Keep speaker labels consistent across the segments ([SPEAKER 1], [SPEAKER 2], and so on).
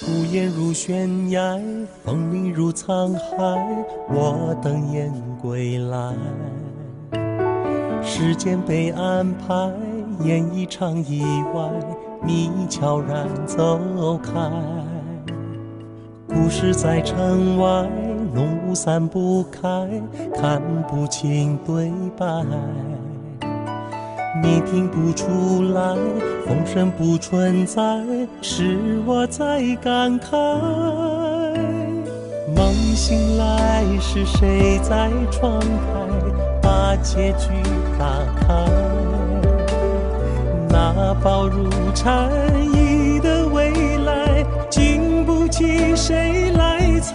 [SPEAKER 1] 孤雁入悬崖，风鸣入沧海，我等雁归来。时间被安排，演一场意外，你悄然走开。故事在城外，浓雾散不开，看不清对白。你听不出来，风声不存在，是我在感慨。梦醒来，是谁在窗台把结局打开？那薄如蝉翼的未来，经不起谁来猜。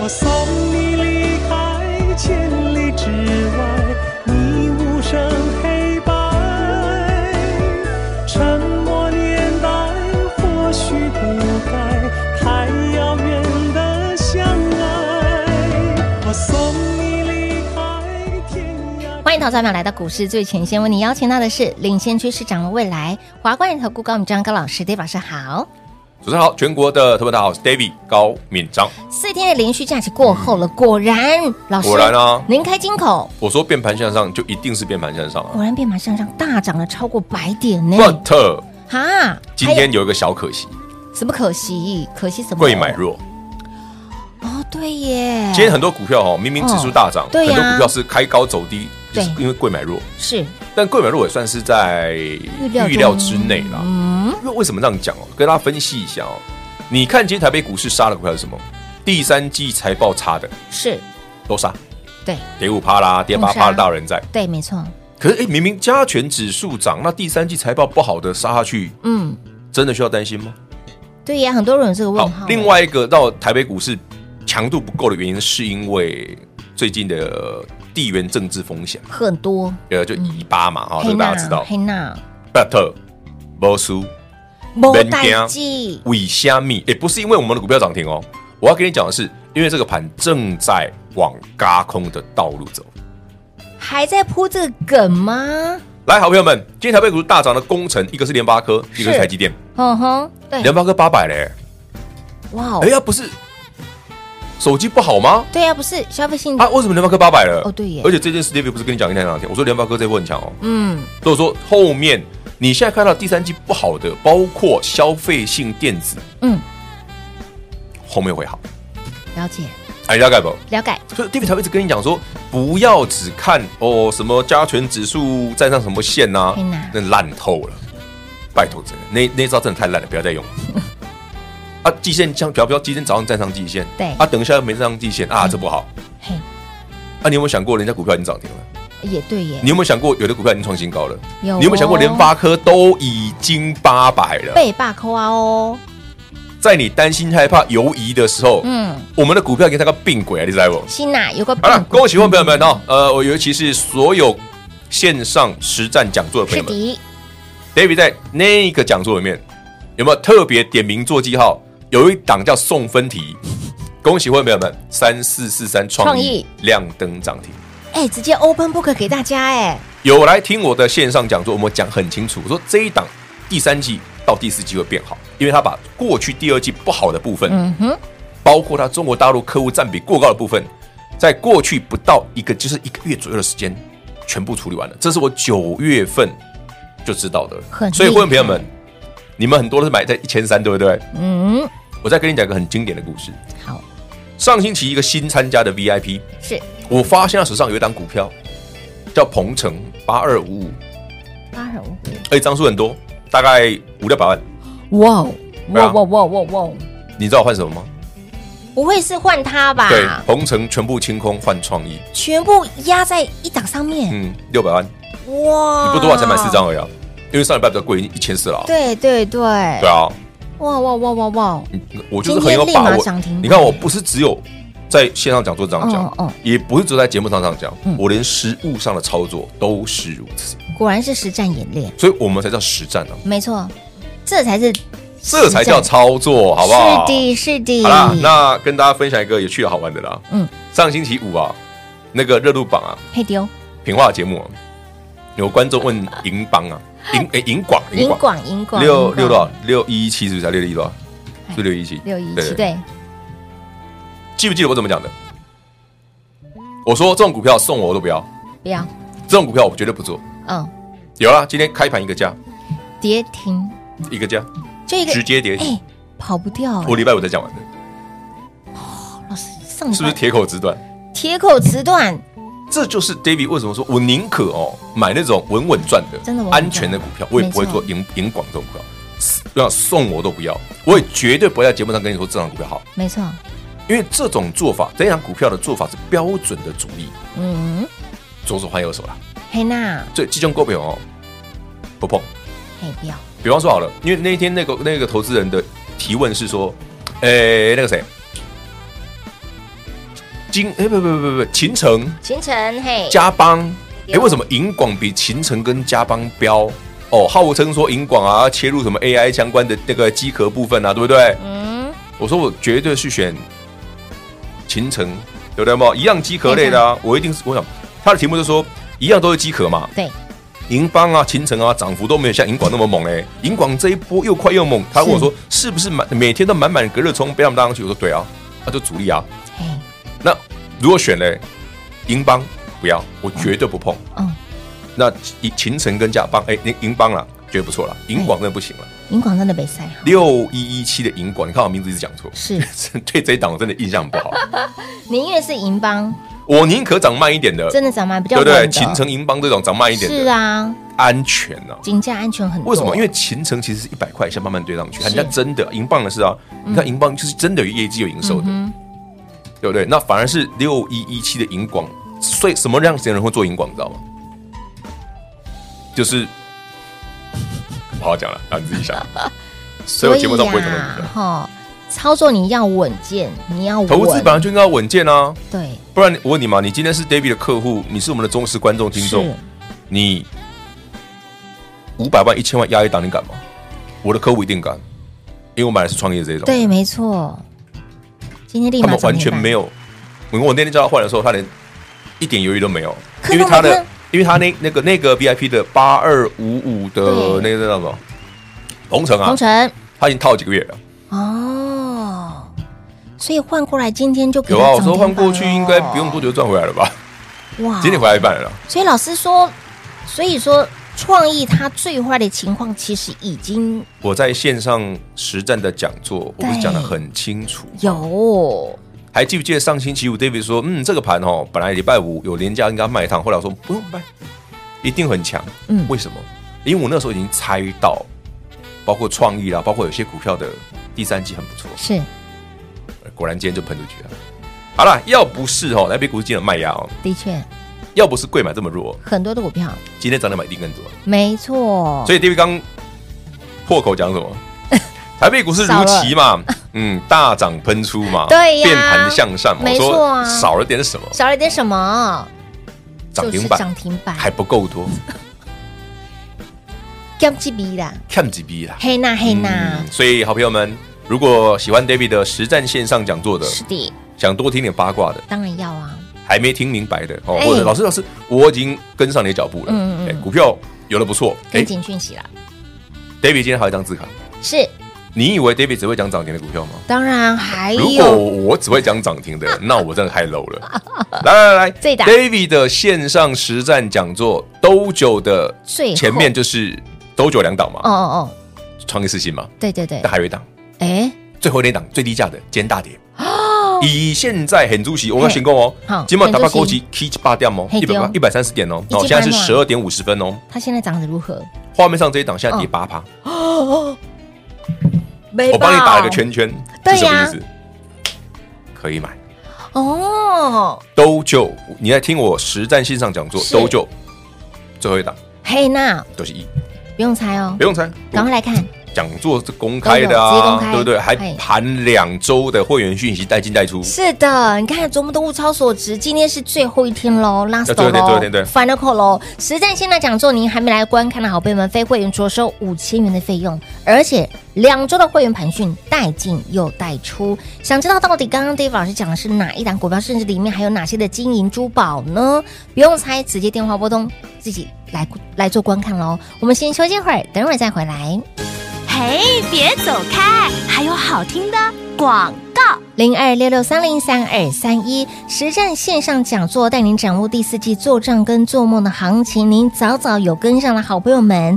[SPEAKER 1] 我送你离开千里之外，你无声黑白。沉默年代或许不该太遥远的相爱。我送你离开天涯。
[SPEAKER 2] 欢迎投资者朋友来到股市最前线，为你邀请到的是领先趋势、掌握未来华冠投顾高敏章高老师，David 老师好。
[SPEAKER 3] 主持人好，全国的特别大家好，我是 David 高敏章。
[SPEAKER 2] 四天的连续假期过后了，果然老师，
[SPEAKER 3] 嗯果然啊
[SPEAKER 2] 您开金口，
[SPEAKER 3] 我说变盘向上就一定是变盘向上啊
[SPEAKER 2] 果然变马向上大涨了超过百点呢。
[SPEAKER 3] ，But
[SPEAKER 2] 哈，
[SPEAKER 3] 今
[SPEAKER 2] 还有
[SPEAKER 3] 天有一个小可惜，
[SPEAKER 2] 什么可惜？可惜什么？
[SPEAKER 3] 贵买
[SPEAKER 2] 哎
[SPEAKER 3] 弱。
[SPEAKER 2] 哦，对耶，
[SPEAKER 3] 今天很多股票哦，明明指数大涨
[SPEAKER 2] 哦，对
[SPEAKER 3] 很
[SPEAKER 2] 呀
[SPEAKER 3] 多股票是开高走低，就
[SPEAKER 2] 对
[SPEAKER 3] 是因为贵买弱。
[SPEAKER 2] 是
[SPEAKER 3] 但贵买弱也算是在
[SPEAKER 2] 料中
[SPEAKER 3] 预料之内啦。
[SPEAKER 2] 嗯
[SPEAKER 3] 为为什么这样讲哦？跟大家分析一下哦。你看今天台北股市杀的股票是什么？第三季财报差的
[SPEAKER 2] 是，
[SPEAKER 3] 都杀，
[SPEAKER 2] 对
[SPEAKER 3] 跌五趴啦，跌八
[SPEAKER 2] 都杀
[SPEAKER 3] 趴的大人在。
[SPEAKER 2] 对，没错，
[SPEAKER 3] 可是哎，诶明明加权指数涨，那第三季财报不好的杀下去，
[SPEAKER 2] 嗯，
[SPEAKER 3] 真的需要担心吗？
[SPEAKER 2] 对呀，很多人有这个问
[SPEAKER 3] 好
[SPEAKER 2] 号。，
[SPEAKER 3] 另，外一个到台北股市强度不够的原因，是因为最近的地缘政治风险，
[SPEAKER 2] 很多，
[SPEAKER 3] 呃，就以巴嘛，哈、这个大家知道。
[SPEAKER 2] 嗯黑娜，
[SPEAKER 3] But 波苏
[SPEAKER 2] 莫
[SPEAKER 3] 免
[SPEAKER 2] 代
[SPEAKER 3] 惊
[SPEAKER 2] 记，
[SPEAKER 3] 为虾米？也不是因为我们的股票涨停哦，我要跟你讲的是，因为这个盘正在往嘎空的道路走。
[SPEAKER 2] 还在铺这个梗吗？
[SPEAKER 3] 来，好朋友们，今天台北股市大涨的工程，一个是联发科，一个
[SPEAKER 2] 是
[SPEAKER 3] 是台积电。
[SPEAKER 2] 哼哼，对，
[SPEAKER 3] 联发科八百嘞，
[SPEAKER 2] 哇哦
[SPEAKER 3] 哎，呀，不是手机不好吗？
[SPEAKER 2] 对呀，不是消费性，
[SPEAKER 3] 啊，为什么联发科八百了？
[SPEAKER 2] 哦对耶
[SPEAKER 3] 而且这件事 David 不是跟你讲一天两天，我说联发科这波很强哦。
[SPEAKER 2] 嗯，
[SPEAKER 3] 所以说后面你现在看到第三季不好的，包括消费性电子，
[SPEAKER 2] 嗯，
[SPEAKER 3] 后面会好。
[SPEAKER 2] 了解，
[SPEAKER 3] 哎，大概不？
[SPEAKER 2] 了解，
[SPEAKER 3] 所以 David 才会一直跟你讲说，不要只看哦什么加权指数站上什么线呐、
[SPEAKER 2] 天哪
[SPEAKER 3] 那烂透了，拜托真的，那那招真的太烂了，不要再 用。啊，季线像，比方说今天早上站上季线，
[SPEAKER 2] 对嗯
[SPEAKER 3] 啊，等一下又没站上季线啊，这不好。
[SPEAKER 2] 嘿，
[SPEAKER 3] 啊，你有没有想过，人家股票已经涨停了？
[SPEAKER 2] 也对耶
[SPEAKER 3] 你，有没有想过，有的股票已经创新高了？
[SPEAKER 2] 有哦
[SPEAKER 3] 你有没有想过，联发科都已经八百了？
[SPEAKER 2] 被霸扣啊哦，
[SPEAKER 3] 在你担心、害怕、犹疑的时候，
[SPEAKER 2] 嗯，
[SPEAKER 3] 我们的股票给它个病鬼啊，你知道不？
[SPEAKER 2] 新呐有个
[SPEAKER 3] 好了
[SPEAKER 2] 病，
[SPEAKER 3] 恭喜我们朋友们哦，呃，我尤其是所有线上实战讲座的
[SPEAKER 2] 是
[SPEAKER 3] 朋友们
[SPEAKER 2] 敌，
[SPEAKER 3] ，David 在那个讲座里面有没有特别点名做记号？有一档叫送分题，恭喜会员朋友们，三四四三创意亮灯涨停。
[SPEAKER 2] 哎，直接 open book 给大家哎，
[SPEAKER 3] 有来听我的线上讲座，我们讲很清楚，我说这一档第三季到第四季会变好，因为他把过去第二季不好的部分，
[SPEAKER 2] 嗯哼，
[SPEAKER 3] 包括他中国大陆客户占比过高的部分，在过去不到一个就是一个月左右的时间，全部处理完了。这是我九月份就知道的
[SPEAKER 2] 很厉害
[SPEAKER 3] 了。所以，会员朋友们，你们很多都是买在一千三，对不对？
[SPEAKER 2] 嗯，
[SPEAKER 3] 我再跟你讲一个很经典的故事。
[SPEAKER 2] 好，
[SPEAKER 3] 上星期一个新参加的 VIP，
[SPEAKER 2] 是
[SPEAKER 3] 我发现他手上有一档股票叫鹏程八二五五，
[SPEAKER 2] 八十
[SPEAKER 3] 而且哎张数很多，大概五六百万。
[SPEAKER 2] 五，哇哦哇
[SPEAKER 3] 啊
[SPEAKER 2] 哇哇哇哇哦，
[SPEAKER 3] 你知道我换什么吗？
[SPEAKER 2] 不会是换他吧？
[SPEAKER 3] 对，鹏程全部清空换创意，
[SPEAKER 2] 全部压在一档上面，
[SPEAKER 3] 嗯，六百万。
[SPEAKER 2] 哇！
[SPEAKER 3] 你不多啊，才买四张，而已、啊，因为上礼拜比较贵，一千四了啊、
[SPEAKER 2] 对对对，
[SPEAKER 3] 对啊，
[SPEAKER 2] 哇哇哇哇哇！
[SPEAKER 3] 你你我就是很有
[SPEAKER 2] 今天立
[SPEAKER 3] 把
[SPEAKER 2] 马
[SPEAKER 3] 握
[SPEAKER 2] 涨停。板
[SPEAKER 3] 你看，我不是只有在线上讲座这样
[SPEAKER 2] 哦哦嗯
[SPEAKER 3] 讲，也不是只有在节目上这样讲，我连实物上的操作都是如此，
[SPEAKER 2] 果然是实战演练，
[SPEAKER 3] 所以我们才叫实战呢，啊
[SPEAKER 2] 没错，这才是
[SPEAKER 3] 这才叫
[SPEAKER 2] 实
[SPEAKER 3] 操
[SPEAKER 2] 战
[SPEAKER 3] 作，好不好？
[SPEAKER 2] 是的，是的。
[SPEAKER 3] 好啦，那跟大家分享一个有趣的好玩的啦。
[SPEAKER 2] 嗯，
[SPEAKER 3] 上星期五啊，那个热度榜啊，
[SPEAKER 2] 配丢
[SPEAKER 3] 品化节目、啊，有观众问银邦啊，银诶银广
[SPEAKER 2] 银广银广银
[SPEAKER 3] 六
[SPEAKER 2] 广哎
[SPEAKER 3] 六多少？六一一七是不是啊？六一多少？是六一七。
[SPEAKER 2] 六一七，对，
[SPEAKER 3] 记不记得我怎么讲的？我说这种股票送我我都不要，
[SPEAKER 2] 不要，
[SPEAKER 3] 这种股票我绝对不做。
[SPEAKER 2] 嗯，
[SPEAKER 3] 有啦，今天开盘一个价，
[SPEAKER 2] 跌停
[SPEAKER 3] 一个价，
[SPEAKER 2] 就一个
[SPEAKER 3] 直接跌停。
[SPEAKER 2] 哎，跑不掉，
[SPEAKER 3] 我礼拜五才讲完的，
[SPEAKER 2] 老师上
[SPEAKER 3] 是不是
[SPEAKER 2] 班
[SPEAKER 3] 铁口直断？
[SPEAKER 2] 铁口直断？
[SPEAKER 3] 这就是 David 为什么说我宁可哦买那种稳稳赚的、
[SPEAKER 2] 真的稳稳赚
[SPEAKER 3] 安全的股票，我也不会
[SPEAKER 2] 没错
[SPEAKER 3] 做银银广这种股票，要送我都不要，我也绝对不会在节目上跟你说这张股票好，
[SPEAKER 2] 没错，
[SPEAKER 3] 因为这种做法，这样股票的做法是标准的主力，
[SPEAKER 2] 嗯，
[SPEAKER 3] 左手换右手啦，
[SPEAKER 2] 黑娜，
[SPEAKER 3] 所以这种股票哦不碰。
[SPEAKER 2] 嘿，不要，
[SPEAKER 3] 比方说好了，因为那一天那个那个投资人的提问是说，诶、那个谁，金诶、不不不不不，秦城
[SPEAKER 2] 秦晨，嘿，
[SPEAKER 3] 嘉邦，哎、
[SPEAKER 2] 有
[SPEAKER 3] 为什么银广比秦城跟嘉邦标？哦，号称说银广啊，切入什么 AI 相关的那个机壳部分啊，对不对？
[SPEAKER 2] 嗯，
[SPEAKER 3] 我说我绝对是选秦城，对不对嘛？一样机壳类的啊，我一定是我想他的题目就说一样都是机壳嘛，
[SPEAKER 2] 对，
[SPEAKER 3] 银邦啊、秦城啊，涨幅都没有像银广那么猛嘞。银广这一波又快又猛，他问我说是不是满每天都满满隔热冲被他们拉上去？我说对啊，那、就主力啊。
[SPEAKER 2] 嘿，
[SPEAKER 3] 那如果选嘞，银邦不要，我绝对不碰。
[SPEAKER 2] 嗯，
[SPEAKER 3] 那秦秦城跟甲邦，哎、银银邦啦，觉得不错啦，银广真的不行了。
[SPEAKER 2] 银广真的被塞啊，
[SPEAKER 3] 六一一七的银广，你看我名字一直讲错，
[SPEAKER 2] 是
[SPEAKER 3] 对这一档我真的印象不 好。
[SPEAKER 2] 宁愿是银 邦，
[SPEAKER 3] 我宁可涨慢一点的，
[SPEAKER 2] 真的涨蛮比较
[SPEAKER 3] 对不
[SPEAKER 2] 稳
[SPEAKER 3] 对？
[SPEAKER 2] 的，
[SPEAKER 3] 秦城银邦这种涨慢一点的，
[SPEAKER 2] 是啊，
[SPEAKER 3] 安全啊。
[SPEAKER 2] 金价安全很多，
[SPEAKER 3] 为什么？因
[SPEAKER 2] 为
[SPEAKER 3] 为秦城其实是一百块，先慢慢堆上去。
[SPEAKER 2] 是
[SPEAKER 3] 人家真的银棒的是啊，你看银棒就是真的有业绩有营收的，
[SPEAKER 2] 嗯
[SPEAKER 3] 对不对？那反而是六一一七的银广，所以什么样子的人会做银广，你知道吗？就是不好讲了，啊，你自己 想。所以我节目上不会讲到你的。
[SPEAKER 2] 哈，操作你要稳健，你要
[SPEAKER 3] 投资
[SPEAKER 2] 稳
[SPEAKER 3] 本来就应该要稳健啊，
[SPEAKER 2] 对，
[SPEAKER 3] 不然我问你嘛，你今天是 David 的客户，你是我们的忠实观众听众
[SPEAKER 2] 是，
[SPEAKER 3] 你五百万、一千万压一档，你敢吗？我的客户一定敢，因为我买的是创业这种。
[SPEAKER 2] 对，没错。今天立
[SPEAKER 3] 他
[SPEAKER 2] 马
[SPEAKER 3] 们完全没有。我我那天叫他换的时候，他连一点犹豫都没有，
[SPEAKER 2] 可
[SPEAKER 3] 因为
[SPEAKER 2] 能
[SPEAKER 3] 他的
[SPEAKER 2] 呢，
[SPEAKER 3] 因为他那那个那个 VIP 的八二五五的那
[SPEAKER 2] 对
[SPEAKER 3] 个叫什么红城啊
[SPEAKER 2] 红，尘
[SPEAKER 3] 他已经套几个月了。
[SPEAKER 2] 哦，所以换过来今天就给
[SPEAKER 3] 有
[SPEAKER 2] 它
[SPEAKER 3] 啊，我
[SPEAKER 2] 涨
[SPEAKER 3] 说
[SPEAKER 2] 停
[SPEAKER 3] 换过
[SPEAKER 2] 板
[SPEAKER 3] 去
[SPEAKER 2] 了
[SPEAKER 3] 应该不用多久就赚回来了吧？
[SPEAKER 2] 哇
[SPEAKER 3] 今天回来一半了，
[SPEAKER 2] 所以老师说，所以说创意它最坏的情况其实已经
[SPEAKER 3] 我在线上实战的讲座，我不是
[SPEAKER 2] 对
[SPEAKER 3] 讲的很清楚。
[SPEAKER 2] 有，
[SPEAKER 3] 还记不记得上星期五 David 说，嗯，这个盘哦，本来礼拜五有廉价应该卖一趟，后来我说不用卖，一定很强。
[SPEAKER 2] 嗯
[SPEAKER 3] 为什么？因为我那时候已经猜到，包括创意啦，包括有些股票的第三季很不错，
[SPEAKER 2] 是
[SPEAKER 3] 果然今天就喷出去了。好啦，要不是哦，那边股市今天有卖压哦，
[SPEAKER 2] 的确
[SPEAKER 3] 要不是贵买这么弱，
[SPEAKER 2] 很多的股票，
[SPEAKER 3] 今天涨停板一定更多。
[SPEAKER 2] 没错，
[SPEAKER 3] 所以 David 刚破口讲 什么？台北股市如棋嘛，嗯，大涨喷出嘛，
[SPEAKER 2] 对呀
[SPEAKER 3] 变盘向上嘛，我
[SPEAKER 2] 没
[SPEAKER 3] 说
[SPEAKER 2] 错啊
[SPEAKER 3] 少了点什么，
[SPEAKER 2] 少了点什么，
[SPEAKER 3] 涨
[SPEAKER 2] 就
[SPEAKER 3] 停
[SPEAKER 2] 是
[SPEAKER 3] 板
[SPEAKER 2] 涨停板，
[SPEAKER 3] 还不够 多，
[SPEAKER 2] 干鸡逼啦，
[SPEAKER 3] 看几逼啦。
[SPEAKER 2] 黑娜黑娜
[SPEAKER 3] 嗯，所以好朋友们，如果喜欢 David 的实战线上讲座的，
[SPEAKER 2] 是的，
[SPEAKER 3] 想多听点八卦的，
[SPEAKER 2] 当然要啊，
[SPEAKER 3] 还没听明白的，哦，
[SPEAKER 2] 哎
[SPEAKER 3] 或者老师老师，我已经跟上你的脚步了，
[SPEAKER 2] 嗯嗯嗯
[SPEAKER 3] 哎股票有的不错，哎
[SPEAKER 2] 跟紧讯息啦，
[SPEAKER 3] ，David 今天还有一张字卡，
[SPEAKER 2] 是
[SPEAKER 3] 你以为 David 只会讲涨停的股票吗？
[SPEAKER 2] 当然还
[SPEAKER 3] 如果
[SPEAKER 2] 有
[SPEAKER 3] 我只会讲涨停 的，那我真的太 low 了。来来来
[SPEAKER 2] 最大
[SPEAKER 3] ，David 的线上实战讲座，兜九的
[SPEAKER 2] 最后
[SPEAKER 3] 前面就是兜九两档嘛
[SPEAKER 2] 哦，哦哦，
[SPEAKER 3] 创业四新嘛，
[SPEAKER 2] 对对对
[SPEAKER 3] 那，还有一档，
[SPEAKER 2] 哎，
[SPEAKER 3] 最后那档最低价的兼大跌。以现在很主席，我要先讲哦
[SPEAKER 2] 哦好，
[SPEAKER 3] 今晚打八
[SPEAKER 2] 很主
[SPEAKER 3] 勾
[SPEAKER 2] 席
[SPEAKER 3] 起 K 八点哦，
[SPEAKER 2] 嘿
[SPEAKER 3] 一
[SPEAKER 2] 对
[SPEAKER 3] 百
[SPEAKER 2] 哦
[SPEAKER 3] 一百三十点哦，
[SPEAKER 2] 已
[SPEAKER 3] 哦，
[SPEAKER 2] 经
[SPEAKER 3] 现在是
[SPEAKER 2] 翻
[SPEAKER 3] 十
[SPEAKER 2] 了
[SPEAKER 3] 二点五十分哦，
[SPEAKER 2] 它现在涨得如何？
[SPEAKER 3] 画面上这一档现在跌
[SPEAKER 2] 嗯
[SPEAKER 3] 八趴，
[SPEAKER 2] 没
[SPEAKER 3] 我帮你打了个圈圈，
[SPEAKER 2] 对
[SPEAKER 3] 是什么
[SPEAKER 2] 呀
[SPEAKER 3] 意思？可以买，
[SPEAKER 2] 哦，
[SPEAKER 3] 都就你在听我实战线上讲座，
[SPEAKER 2] 是
[SPEAKER 3] 都就最后一档
[SPEAKER 2] 黑娜
[SPEAKER 3] 都是一，
[SPEAKER 2] 不用猜哦
[SPEAKER 3] 不，用猜，
[SPEAKER 2] 赶快来看，
[SPEAKER 3] 讲座是公开的
[SPEAKER 2] 都有直接公
[SPEAKER 3] 啊，
[SPEAKER 2] 开
[SPEAKER 3] 对不对？还
[SPEAKER 2] 哎
[SPEAKER 3] 盘两周的会员讯息带进带出，
[SPEAKER 2] 是的，你看琢磨动物超所值，今天是最后一天喽，last
[SPEAKER 3] 啊最后一天最后
[SPEAKER 2] 喽
[SPEAKER 3] 一天对
[SPEAKER 2] ，final call 喽。实战线的讲座，您还没来观看的好朋友们，非会员着收五千元的费用，而且两周的会员盘讯带进又带出。想知道到底刚刚 Dave 老师讲的是哪一档股票，甚至里面还有哪些的金银珠宝呢？不用猜，直接电话拨通，自己来来做观看喽。我们先休息会儿，等会儿再回来。
[SPEAKER 4] 嘿，别走开，还有好听的广告。
[SPEAKER 2] 零二六六三零三二三一实战线上讲座，带您掌握第四季做账跟做梦的行情。您早早有跟上的好朋友们，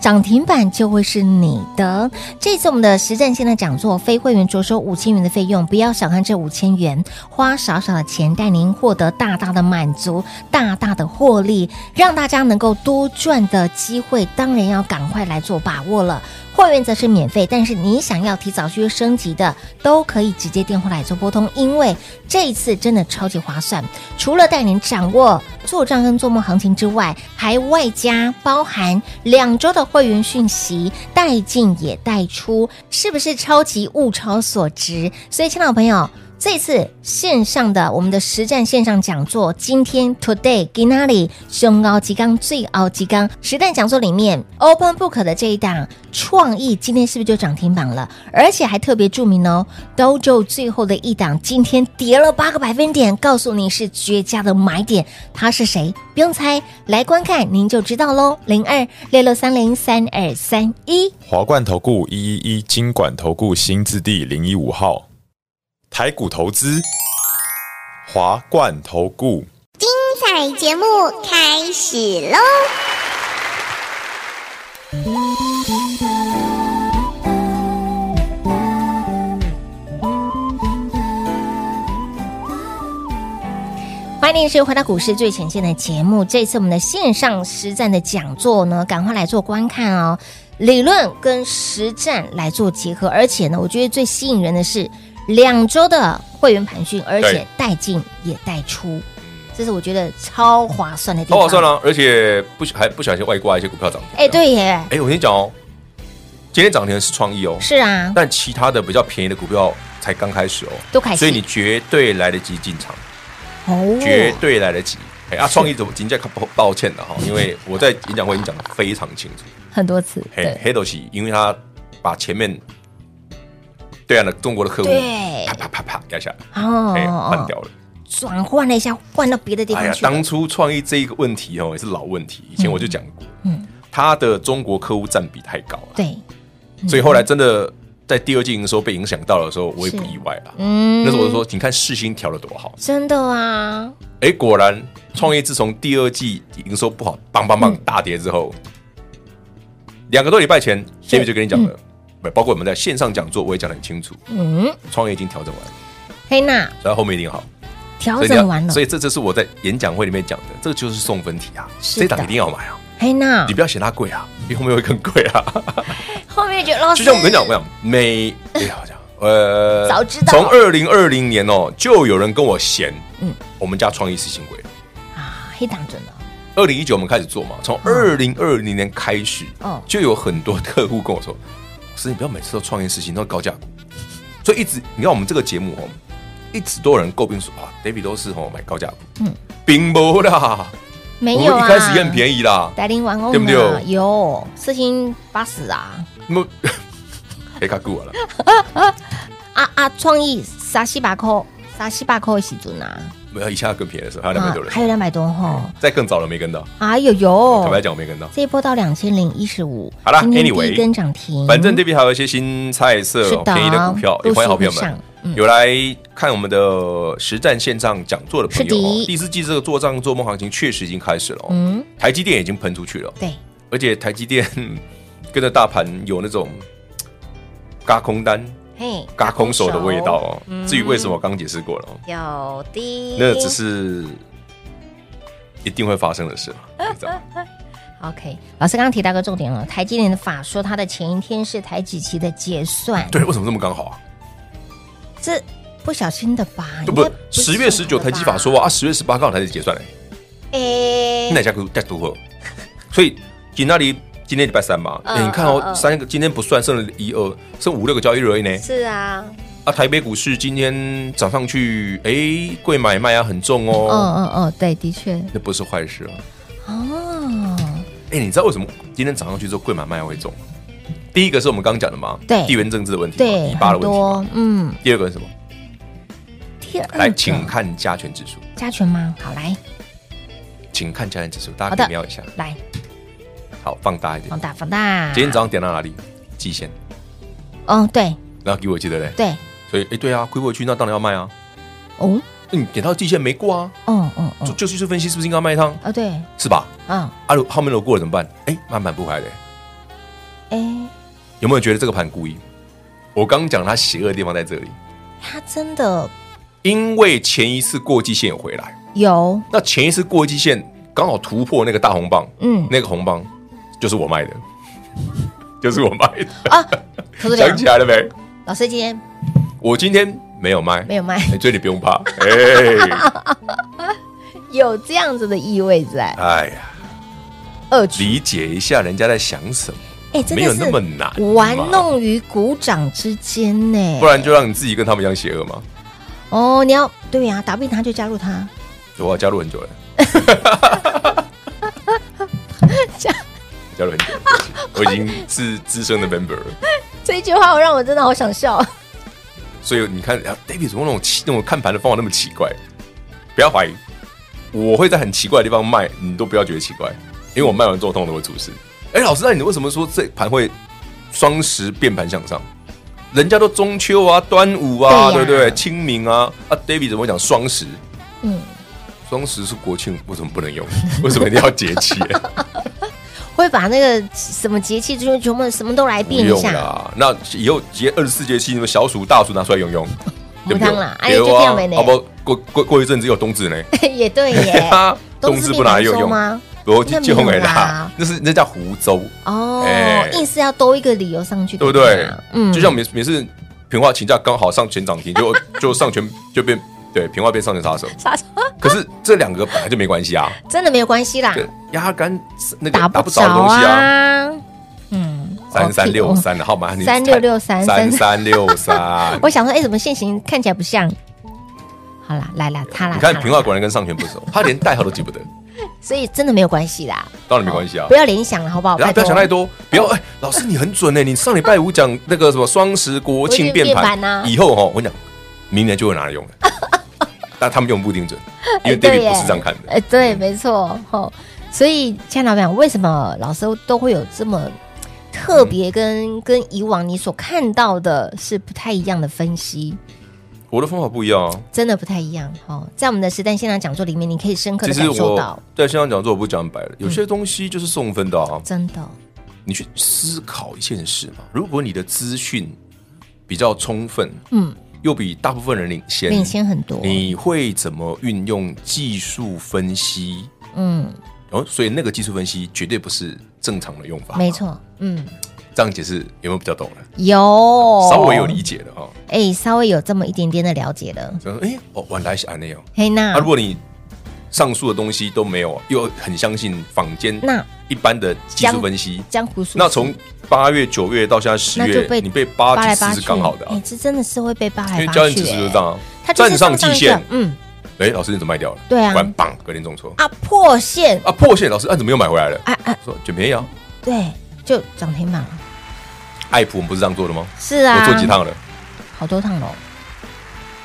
[SPEAKER 2] 涨停板就会是你的。这次我们的实战线的讲座，非会员着收五千元的费用，不要小看这五千元，花少少的钱带您获得大大的满足，大大的获利，让大家能够多赚的机会，当然要赶快来做把握了。会员则是免费，但是你想要提早去升级的，都可以直接电话来做拨通，因为这一次真的超级划算。除了带您掌握做账跟做梦行情之外，还外加包含两周的会员讯息，带进也带出，是不是超级物超所值？所以，亲爱的朋友。这次线上的我们的实战线上讲座，今天 today g i n a l i 胸凹鸡缸最凹鸡缸实战讲座里面，Open Book 的这一档创意今天是不是就涨停板了？而且还特别注明哦，Dojo 最后的一档今天跌了八个百分点，告诉你是绝佳的买点，它是谁？不用猜，来观看您就知道喽。零二六六三零三二三一。
[SPEAKER 5] 华冠投顾一一一金管投顾新字第零一五号，台股投资，华冠投顾。
[SPEAKER 6] 彩节目开始喽！
[SPEAKER 2] 欢迎是回到股市最前线的节目。这次我们的线上实战的讲座呢，赶快来做观看哦。理论跟实战来做结合，而且呢，我觉得最吸引人的是两周的会员盘训，而且
[SPEAKER 3] 对
[SPEAKER 2] 带进也带出，这是我觉得超划算的地
[SPEAKER 3] 超
[SPEAKER 2] 方。
[SPEAKER 3] 划算！啊了，而且不还不小心外挂一些股票涨停。
[SPEAKER 2] 哎，，对耶，
[SPEAKER 3] 哎，我跟你讲哦，今天涨停的是创意哦，
[SPEAKER 2] 是啊，
[SPEAKER 3] 但其他的比较便宜的股票才刚开始哦，
[SPEAKER 2] 都开始
[SPEAKER 3] 所以你绝对来得及进场，
[SPEAKER 2] 哦，
[SPEAKER 3] 绝对来得及。哎啊，创意怎么？人家抱抱歉的哈，因为我在演讲会已经讲的非常清楚。
[SPEAKER 2] 很多次，
[SPEAKER 3] 黑
[SPEAKER 2] 对
[SPEAKER 3] 黑斗棋，因为他把前面对岸的中国的客户
[SPEAKER 2] 对
[SPEAKER 3] 啪啪啪啪压下来，
[SPEAKER 2] 哦
[SPEAKER 3] 哎、换
[SPEAKER 2] 哦，
[SPEAKER 3] 掉了。
[SPEAKER 2] 转换了一下，换到别的地
[SPEAKER 3] 哎
[SPEAKER 2] 方
[SPEAKER 3] 呀，
[SPEAKER 2] 去了，
[SPEAKER 3] 当初创意这一个问题哦，也是老问题，以前我就讲过，
[SPEAKER 2] 嗯
[SPEAKER 3] 他的中国客户占比太高了，
[SPEAKER 2] 对，
[SPEAKER 3] 所以后来真的在第二季营收被影响到的时候，我也不意外了。
[SPEAKER 2] 嗯
[SPEAKER 3] 那时候我就说，你看世星调的多好，
[SPEAKER 2] 真的啊，
[SPEAKER 3] 哎，果然创业自从第二季营收不好，棒棒
[SPEAKER 2] 嗯
[SPEAKER 3] 棒大跌之后，两个多礼拜前，Jimmy 就跟你讲了，不包括我们在线上讲座，我也讲得很清楚，
[SPEAKER 2] 嗯，
[SPEAKER 3] 创业已经调整完了，
[SPEAKER 2] 黑娜
[SPEAKER 3] 所以后面一定好。
[SPEAKER 2] 调
[SPEAKER 3] 所以你要
[SPEAKER 2] 整完了
[SPEAKER 3] 所，以这就是我在演讲会里面讲的，这个就是送分题啊，
[SPEAKER 2] 是的嗯
[SPEAKER 3] 这档一定要买啊，
[SPEAKER 2] 黑娜
[SPEAKER 3] 你不要嫌它贵啊，因为后面会更贵 啊。
[SPEAKER 2] 后面觉得老师，
[SPEAKER 3] 就像我跟你讲，我跟你讲 每哎呀，我讲呃，
[SPEAKER 2] 早知道
[SPEAKER 3] 从二零二零年哦，就有人跟我嫌，嗯，我们家创意是新贵。
[SPEAKER 2] 啊，黑党准了，
[SPEAKER 3] 二零一九我们开始做嘛，从二零二零年开始，
[SPEAKER 2] 嗯
[SPEAKER 3] 就有很多客户跟我说：“老师，你不要每次都创业事情都是高价股。”所以一直你看我们这个节目哦，一直都有人诟病说啊，David 都是哦买高价股，嗯，并不啦，
[SPEAKER 2] 没
[SPEAKER 3] 我
[SPEAKER 2] 有
[SPEAKER 3] 们一
[SPEAKER 2] 啊，
[SPEAKER 3] 开始也很便宜啦，
[SPEAKER 2] 白领玩偶呢
[SPEAKER 3] 对不对
[SPEAKER 2] 有四星八十啊，
[SPEAKER 3] 那么 别卡顾我了，
[SPEAKER 2] 啊啊，创意三西八扣，三西八扣的时准啊，
[SPEAKER 3] 没有以下更便宜的时候还有两百
[SPEAKER 2] 啊
[SPEAKER 3] 多，人，
[SPEAKER 2] 还有两百多吼，
[SPEAKER 3] 再更早了没跟到，
[SPEAKER 2] 哎呦
[SPEAKER 3] 坦
[SPEAKER 2] 呦
[SPEAKER 3] 白，讲我没跟到。
[SPEAKER 2] 这一波到两千零一十五，
[SPEAKER 3] 好啦
[SPEAKER 2] 今天第
[SPEAKER 3] anyway，
[SPEAKER 2] 一根涨停，
[SPEAKER 3] 反正这边还有一些新菜
[SPEAKER 2] 嗯
[SPEAKER 3] 色
[SPEAKER 2] 是
[SPEAKER 3] 哦、
[SPEAKER 2] 的
[SPEAKER 3] 便宜的股票，
[SPEAKER 2] 陆
[SPEAKER 3] 也
[SPEAKER 2] 续
[SPEAKER 3] 欢迎好朋友
[SPEAKER 2] 会上
[SPEAKER 3] 们
[SPEAKER 2] 嗯
[SPEAKER 3] 有来看我们的实战线上讲座的朋
[SPEAKER 2] 是
[SPEAKER 3] 友、哦
[SPEAKER 2] 的。
[SPEAKER 3] 第四季这个做账做梦行情确实已经开始了、哦，
[SPEAKER 2] 嗯，
[SPEAKER 3] 台积电已经喷出去了，
[SPEAKER 2] 对，
[SPEAKER 3] 而且台积电 跟着大盘有那种嘎空单、
[SPEAKER 2] 嘿，
[SPEAKER 3] 嘎空手的味道哦。
[SPEAKER 2] 嗯
[SPEAKER 3] 至于为什么，我刚刚解释过了、哦，
[SPEAKER 2] 有的，
[SPEAKER 3] 那只是一定会发生的事，啊你知道吗
[SPEAKER 2] OK。老师刚刚提到一个重点了，哦台积电的法说，它的前一天是台指期的结算，
[SPEAKER 3] 对，为什么这么刚好啊？
[SPEAKER 2] 这不小心的吧？
[SPEAKER 3] 对
[SPEAKER 2] 应
[SPEAKER 3] 不
[SPEAKER 2] 该？是
[SPEAKER 3] 十月十九台积法说啊，十月十八刚好台积结算嘞、
[SPEAKER 2] 诶
[SPEAKER 3] 那家股在多好，所以今那里今天礼拜三嘛，
[SPEAKER 7] 嗯
[SPEAKER 3] 哎你看
[SPEAKER 7] 嗯
[SPEAKER 3] 哦，
[SPEAKER 7] 嗯
[SPEAKER 3] 三个今天不算，剩了一二，剩五六个交易日而已呢。
[SPEAKER 7] 是啊，
[SPEAKER 3] 啊，台北股市今天涨上去，哎，贵买卖啊很重
[SPEAKER 2] 嗯
[SPEAKER 3] 哦，
[SPEAKER 2] 嗯嗯，对，的确，
[SPEAKER 3] 那不是坏事啊。
[SPEAKER 2] 哦，
[SPEAKER 3] 哎，你知道为什么今天涨上去之后贵买卖会重？第一个是我们刚刚讲的嘛，
[SPEAKER 2] 对
[SPEAKER 3] 地缘政治的问题嘛，
[SPEAKER 2] 对，
[SPEAKER 3] 以巴的
[SPEAKER 2] 很
[SPEAKER 3] 问题嘛。
[SPEAKER 2] 多，嗯，
[SPEAKER 3] 第二个是什么？
[SPEAKER 2] 第二个
[SPEAKER 3] 来，请看加权指数，
[SPEAKER 2] 加权吗？好，来
[SPEAKER 3] 请看加权指数，大
[SPEAKER 2] 好
[SPEAKER 3] 家
[SPEAKER 2] 的
[SPEAKER 3] 可以瞄一下，
[SPEAKER 2] 来，
[SPEAKER 3] 好，放大一点
[SPEAKER 2] 放。大放大，
[SPEAKER 3] 今天早上点到哪里？季线，
[SPEAKER 2] 嗯，对
[SPEAKER 3] 然后给我记得嘞。
[SPEAKER 2] 对，
[SPEAKER 3] 所以，哎，对啊，亏过去那当然要卖啊。
[SPEAKER 2] 哦，
[SPEAKER 3] 嗯，点到季线没过啊，
[SPEAKER 2] 嗯嗯
[SPEAKER 3] 就
[SPEAKER 2] 嗯，
[SPEAKER 3] 就技术分析是不是应该卖一趟？
[SPEAKER 2] 啊对，
[SPEAKER 3] 是吧？
[SPEAKER 2] 嗯，
[SPEAKER 3] 啊，如后面如果过了怎么办？哎，慢慢不回来嘞。
[SPEAKER 2] 哎，
[SPEAKER 3] 有没有觉得这个盘故意？我刚刚讲它邪恶的地方在这里，
[SPEAKER 2] 它真的
[SPEAKER 3] 因为前一次过季线有回来，
[SPEAKER 2] 有，
[SPEAKER 3] 那前一次过季线刚好突破那个大红棒，
[SPEAKER 2] 嗯
[SPEAKER 3] 那个红棒就是我卖的， 就是我卖的，
[SPEAKER 2] 啊，投资
[SPEAKER 3] 想
[SPEAKER 2] 长
[SPEAKER 3] 起来了没？
[SPEAKER 2] 老师今天
[SPEAKER 3] 我今天没有卖，
[SPEAKER 2] 没有卖，
[SPEAKER 3] 哎所以你不用怕。哎，
[SPEAKER 2] 有这样子的意味在，
[SPEAKER 3] 哎呀，
[SPEAKER 2] 恶趣
[SPEAKER 3] 理解一下人家在想什么，
[SPEAKER 2] 哎，真
[SPEAKER 3] 没有
[SPEAKER 2] 的
[SPEAKER 3] 那么
[SPEAKER 2] 是
[SPEAKER 3] 难嘛，
[SPEAKER 2] 玩弄于股掌之间呢
[SPEAKER 3] 不，然就让你自己跟他们一样邪恶嘛。
[SPEAKER 2] 哦，你要对呀，打不赢他就加入他，
[SPEAKER 3] 我加入很久了， 加入很久了，对不起我已经是资深的 member 了。
[SPEAKER 2] 这一句话我让我真的好想笑，
[SPEAKER 3] 所以你看、啊、，David 怎么那种奇那种看盘的方法那么奇怪？不要怀疑，我会在很奇怪的地方卖，你都不要觉得奇怪，因为我卖完之后通常都会出事。哎、老师，那你为什么说这盘会双十变盘向上？人家都中秋啊、端午啊，
[SPEAKER 2] 对
[SPEAKER 3] 对
[SPEAKER 2] 呀
[SPEAKER 3] 不对？清明啊，啊，David 怎么会讲双十？
[SPEAKER 2] 嗯，
[SPEAKER 3] 双十是国庆，为什么不能用？为什么一定要节气？
[SPEAKER 2] 会把那个什么节气就是全部什么都来
[SPEAKER 3] 不
[SPEAKER 2] 变一
[SPEAKER 3] 用
[SPEAKER 2] 下，
[SPEAKER 3] 啦，那以后直接二十四节气，你们小暑、大暑拿出来用用，对不对
[SPEAKER 2] 没汤啦哎就这样呗呢
[SPEAKER 3] 啊不，过过过一阵子有冬至呢，
[SPEAKER 2] 也对 耶，
[SPEAKER 3] 冬至不拿来用
[SPEAKER 2] 冬至没拿来收
[SPEAKER 3] 用
[SPEAKER 2] 吗？
[SPEAKER 3] 我
[SPEAKER 2] 那没
[SPEAKER 3] 就
[SPEAKER 2] 有
[SPEAKER 3] 用给
[SPEAKER 2] 啦
[SPEAKER 3] 他，那是那叫湖州，
[SPEAKER 2] 哦，
[SPEAKER 3] 哎
[SPEAKER 2] 硬是要多一个理由上去，
[SPEAKER 3] 对不对？
[SPEAKER 2] 嗯，
[SPEAKER 3] 就像每每次平话请假刚好上全涨停，就就上全就变对平话变上全杀手，
[SPEAKER 2] 啥 什么
[SPEAKER 3] 可是这两个本来就没关系啊，
[SPEAKER 2] 真的没有关系啦，
[SPEAKER 3] 对，压根那个
[SPEAKER 2] 打
[SPEAKER 3] 打
[SPEAKER 2] 不
[SPEAKER 3] 不
[SPEAKER 2] 着
[SPEAKER 3] 着的东西啊，
[SPEAKER 2] 啊，嗯，
[SPEAKER 3] 三三六
[SPEAKER 2] 我。
[SPEAKER 3] 三的号码，你
[SPEAKER 2] 三六六三。
[SPEAKER 3] 三三六三
[SPEAKER 2] 我想说，哎，怎么现行看起来不像？好啦，来啦，他啦，
[SPEAKER 3] 你
[SPEAKER 2] 他
[SPEAKER 3] 看
[SPEAKER 2] 啦
[SPEAKER 3] 平话果然跟上全不熟，他连代号都记不得，
[SPEAKER 2] 所以真的没有关系啦，
[SPEAKER 3] 当然没关系啊
[SPEAKER 2] 哦不。要联想了，好不好？
[SPEAKER 3] 然后不要想太
[SPEAKER 2] 拜托，
[SPEAKER 3] 多，不要哎，老师你很准呢，你上礼拜五讲那个什么双十国庆
[SPEAKER 2] 国
[SPEAKER 3] 变
[SPEAKER 2] 庆变盘啊
[SPEAKER 3] 盘，以后哦，我跟你讲，明年就会拿来用 了。但他们用不一定准，因为
[SPEAKER 2] 哎对
[SPEAKER 3] David
[SPEAKER 2] 耶
[SPEAKER 3] 不是这样看的。
[SPEAKER 2] 哎，对，没错，吼。所以，亲爱的老板，为什么老师都会有这么特别跟跟以往你所看到的是不太一样的分析？
[SPEAKER 3] 我的方法不一样啊。
[SPEAKER 2] 真的不太一样哦，在我们的实战现场讲座里面，你可以深刻
[SPEAKER 3] 其
[SPEAKER 2] 的
[SPEAKER 3] 实
[SPEAKER 2] 感受
[SPEAKER 3] 我
[SPEAKER 2] 到，嗯
[SPEAKER 3] 在线上讲座我不讲白了，有些东西就是送分的啊。
[SPEAKER 2] 真的，
[SPEAKER 3] 你去思考一件事嘛，如果你的资讯比较充分，
[SPEAKER 2] 嗯，
[SPEAKER 3] 又比大部分人领先，
[SPEAKER 2] 领先很多，
[SPEAKER 3] 你会怎么运用技术分析？
[SPEAKER 2] 嗯，
[SPEAKER 3] 哦，所以那个技术分析绝对不是正常的用法，
[SPEAKER 2] 没。错，嗯，
[SPEAKER 3] 这样解释有没有比较懂了？
[SPEAKER 2] 有
[SPEAKER 3] 稍微有理解了哈。
[SPEAKER 2] 哎，稍微有这么一点点的了解了。
[SPEAKER 3] 就说，哎，哦，原来是安内哦。
[SPEAKER 2] 嘿，
[SPEAKER 3] 那
[SPEAKER 2] 那
[SPEAKER 3] 如果你上述的东西都没有，又很相信坊间
[SPEAKER 2] 那
[SPEAKER 3] 一般的技术分析，
[SPEAKER 2] 江湖术士，
[SPEAKER 3] 那从八月、九月到现在十
[SPEAKER 2] 那就
[SPEAKER 3] 月，
[SPEAKER 2] 被
[SPEAKER 3] 你被扒
[SPEAKER 2] 扒
[SPEAKER 3] 几
[SPEAKER 2] 来扒
[SPEAKER 3] 次
[SPEAKER 2] 去
[SPEAKER 3] 是刚好的
[SPEAKER 2] 哎、
[SPEAKER 3] 啊。
[SPEAKER 2] 这真的是会被扒
[SPEAKER 3] 因
[SPEAKER 2] 来
[SPEAKER 3] 为
[SPEAKER 2] 扒去、
[SPEAKER 3] 交易指数就是这样啊
[SPEAKER 2] 哎它，就是
[SPEAKER 3] 站上
[SPEAKER 2] 一
[SPEAKER 3] 极
[SPEAKER 2] 个
[SPEAKER 3] 限，
[SPEAKER 2] 嗯
[SPEAKER 3] 哎，老师你怎么卖掉了？
[SPEAKER 2] 对啊
[SPEAKER 3] 果然棒，隔天中错
[SPEAKER 2] 啊，破线，
[SPEAKER 3] 啊，破线，老师啊怎么又买回来了？
[SPEAKER 2] 啊啊，
[SPEAKER 3] 说捡便宜啊，
[SPEAKER 2] 对，就涨停板了，
[SPEAKER 3] 爱普我们不是这样做的吗？
[SPEAKER 2] 是啊，
[SPEAKER 3] 我做几，趟了，
[SPEAKER 2] 好多趟喽，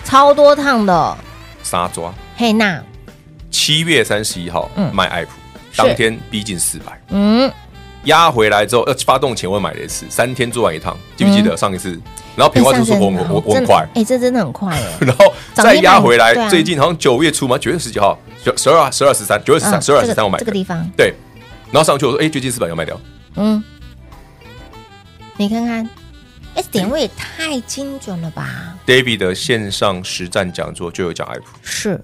[SPEAKER 2] 超多趟的，
[SPEAKER 3] 杀抓。
[SPEAKER 2] 嘿，那，
[SPEAKER 3] 七月三十一号
[SPEAKER 2] 嗯
[SPEAKER 3] 卖爱普，
[SPEAKER 2] 是
[SPEAKER 3] 当天逼近四百，
[SPEAKER 2] 嗯，
[SPEAKER 3] 压回来之后，呃，发动前我买了一次，三天做完一趟，记不记得上一次？然后平花就说
[SPEAKER 2] 嗯哎
[SPEAKER 3] 我
[SPEAKER 2] 上升
[SPEAKER 3] 我我我
[SPEAKER 2] 真
[SPEAKER 3] 很
[SPEAKER 2] 的
[SPEAKER 3] 快，，
[SPEAKER 2] 哎、这真的很快耶
[SPEAKER 3] 然后再压回
[SPEAKER 2] 涨停板对啊
[SPEAKER 3] 来，最近好像九月初嘛，九月十几号，九十二、十二、十三，九月十
[SPEAKER 2] 嗯
[SPEAKER 3] 三、十二、
[SPEAKER 2] 这
[SPEAKER 3] 十
[SPEAKER 2] 个
[SPEAKER 3] 三我买
[SPEAKER 2] 这个
[SPEAKER 3] 的，
[SPEAKER 2] 地方，
[SPEAKER 3] 对。然后上去我说，哎，最近四百要卖掉，
[SPEAKER 2] 嗯，你看看，哎、
[SPEAKER 3] 嗯
[SPEAKER 2] 点位也太精准了吧，
[SPEAKER 3] David 的线上实战讲座就有讲爱普，
[SPEAKER 2] 是，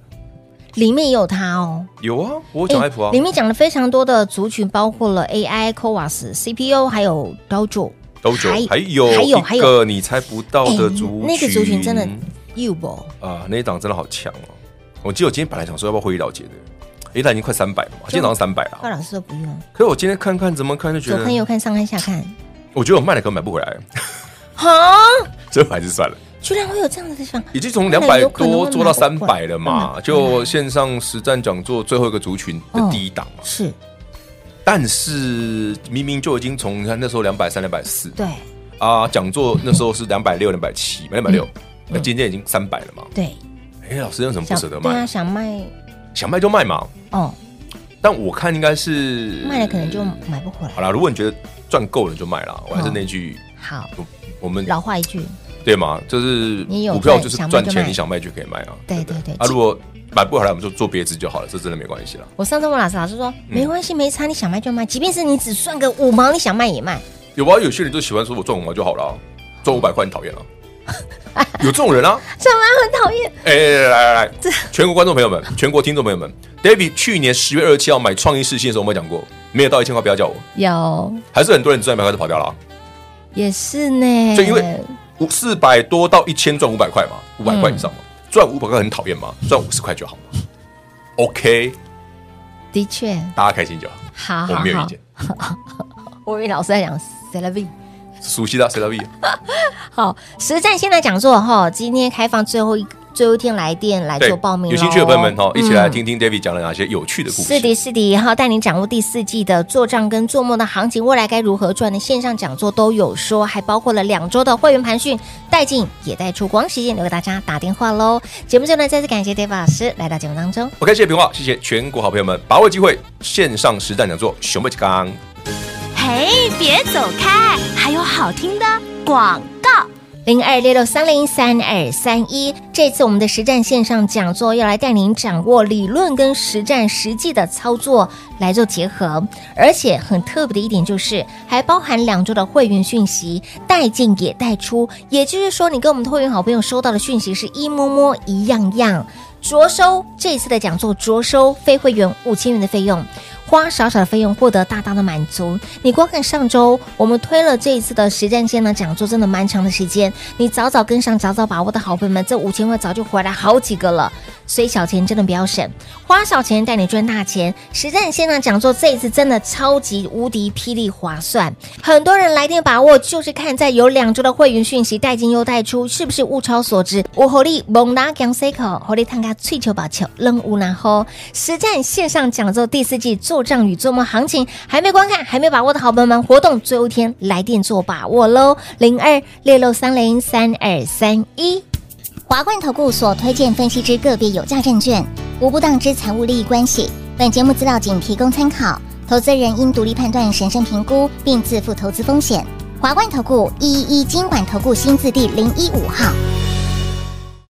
[SPEAKER 2] 里面也有它哦。
[SPEAKER 3] 有啊，我有讲
[SPEAKER 2] 哎
[SPEAKER 3] 爱普啊
[SPEAKER 2] 里，面讲了非常多的族群，包括了 AI、CoWAS、CPU，还有 Dojo。
[SPEAKER 3] 都有
[SPEAKER 2] 还，
[SPEAKER 3] 还有
[SPEAKER 2] 还有还
[SPEAKER 3] 一
[SPEAKER 2] 有
[SPEAKER 3] 个你猜不到的族群，
[SPEAKER 2] 哎那个族群真的 u b
[SPEAKER 3] 啊，那一档真的好强哦！我记得我今天本来想说要不要会议了结的，诶，它已经快三百了嘛，今天早上三百
[SPEAKER 2] 高
[SPEAKER 3] 了。
[SPEAKER 2] 老师都不用，
[SPEAKER 3] 可是我今天看看怎么看就觉
[SPEAKER 2] 左看
[SPEAKER 3] 得，
[SPEAKER 2] 右看，上看下看，
[SPEAKER 3] 我觉得我卖了可能买不回来，
[SPEAKER 2] 哈，
[SPEAKER 3] 所以我还是算了。
[SPEAKER 2] 居然会有这样的想法，
[SPEAKER 3] 已经从
[SPEAKER 2] 那
[SPEAKER 3] 两百
[SPEAKER 2] 有可能会
[SPEAKER 3] 多
[SPEAKER 2] 买
[SPEAKER 3] 做到三
[SPEAKER 2] 不
[SPEAKER 3] 百
[SPEAKER 2] 回
[SPEAKER 3] 了嘛，就线上实战讲座最后一个族群
[SPEAKER 2] 嗯
[SPEAKER 3] 的第一档嘛。
[SPEAKER 2] 是
[SPEAKER 3] 但是明明就已经从你看那时候两百三、两百四
[SPEAKER 2] 对
[SPEAKER 3] 啊，讲座那时候是两百六、两百七、两百六，
[SPEAKER 2] 嗯
[SPEAKER 3] 那今天已经三百了嘛。
[SPEAKER 2] 对，
[SPEAKER 3] 哎，老师有什么不
[SPEAKER 2] 想
[SPEAKER 3] 舍得
[SPEAKER 2] 对啊，
[SPEAKER 3] 卖？
[SPEAKER 2] 想卖
[SPEAKER 3] 想卖就卖嘛。
[SPEAKER 2] 哦，
[SPEAKER 3] 但我看应该是
[SPEAKER 2] 卖了可能就买不回来。
[SPEAKER 3] 好啦。如果你觉得赚够了就卖啦。我还是那句，
[SPEAKER 2] 好，
[SPEAKER 3] 我我们
[SPEAKER 2] 哦老话一句，
[SPEAKER 3] 对嘛，就是
[SPEAKER 2] 你有
[SPEAKER 3] 股票
[SPEAKER 2] 赚
[SPEAKER 3] 就是
[SPEAKER 2] 想卖
[SPEAKER 3] 赚
[SPEAKER 2] 就
[SPEAKER 3] 钱，
[SPEAKER 2] 卖
[SPEAKER 3] 你想卖就可以卖啊。
[SPEAKER 2] 对
[SPEAKER 3] 不
[SPEAKER 2] 对对
[SPEAKER 3] 啊，如果买不回来，我们就做别只就好了，这真的没关系啦。
[SPEAKER 2] 我上次问老师，老师
[SPEAKER 3] 嗯
[SPEAKER 2] 说没关系，没差，你想卖就卖，即便是你只赚个五毛，你想卖也卖。
[SPEAKER 3] 有啊，有些人就喜欢说我赚五毛就好了啊，赚五百块很讨厌啊。 有这种人啊！
[SPEAKER 2] 什么很讨厌？
[SPEAKER 3] 哎、来来来，全国观众朋友们，全国听众朋友们，David 去年十月二十七号买创意视线的时候，我们讲过，没有到一千块不要叫我，
[SPEAKER 2] 有
[SPEAKER 3] 还是很多人赚一百块就跑掉了、啊，
[SPEAKER 2] 也是呢，
[SPEAKER 3] 就因为五四百多到一千赚五百块嘛，五百块以上嘛，
[SPEAKER 2] 嗯
[SPEAKER 3] 赚五百块很讨厌嘛，赚五十块就好嘛。OK，
[SPEAKER 2] 的确，
[SPEAKER 3] 大家开心就好，
[SPEAKER 2] 好
[SPEAKER 3] 我
[SPEAKER 2] 好
[SPEAKER 3] 没有意
[SPEAKER 2] 啊好，
[SPEAKER 3] 见。
[SPEAKER 2] 我以为老师在讲 c e l b
[SPEAKER 3] 熟悉的啊谁到 B？
[SPEAKER 2] 好，实战现在讲座哈，今天开放最后一最后一天来电来
[SPEAKER 3] 对
[SPEAKER 2] 做报，名咯，
[SPEAKER 3] 有兴趣的朋友们哈，一起来
[SPEAKER 2] 嗯
[SPEAKER 3] 听听 David 讲了哪些有趣的故
[SPEAKER 2] 是的，
[SPEAKER 3] 事。
[SPEAKER 2] 是的，然后带你掌握第四季的做账跟做梦的行情，未来该如何赚的线上讲座都有说，还包括了两周的会员盘讯，带进也带出，光时间留给大家打电话喽。节目最后呢，再次感谢 David 老师来到节目当中。
[SPEAKER 3] OK，谢谢平话，谢谢全国好朋友们，把握机会，线上实战讲座，熊妹鸡刚。
[SPEAKER 4] 嘿，别走开，还有好听的广告。
[SPEAKER 2] 零二六六三零三二三一。这次我们的实战线上讲座要来带您掌握理论跟实战实际的操作来做结合，而且很特别的一点就是还包含两周的会员讯息带进也带出，也就是说你跟我们的会员好朋友收到的讯息是一摸摸一样样。着收这次的讲座，着收非会员五千元的费用，花少少的费用获得大大的满足。你光看上周我们推了这一次的实战线呢讲座，真的蛮长的时间。你早早跟上，早早把握的好朋友们，这五千块早就回来好几个了。所以小钱真的不要省，花小钱带你赚大钱。实战线上讲座这一次真的超级无敌霹雳划算，很多人来电把握就是看在有两周的会员讯息带进又带出，是不是物超所值？我火力猛拿强 C 口，火力探咖脆球宝球扔无然后。实战线上讲座第四季做账与做梦行情还没观看、还没把握的好朋友们，活动最后一天来电做把握喽，零二六六三零三二三一。
[SPEAKER 6] 华冠投顾所推荐分析之个别有价证券，无不当之财务利益关系。本节目资料仅提供参考，投资人应独立判断、审慎评估，并自负投资风险。华冠投顾一一一金管投顾新字第零一五号。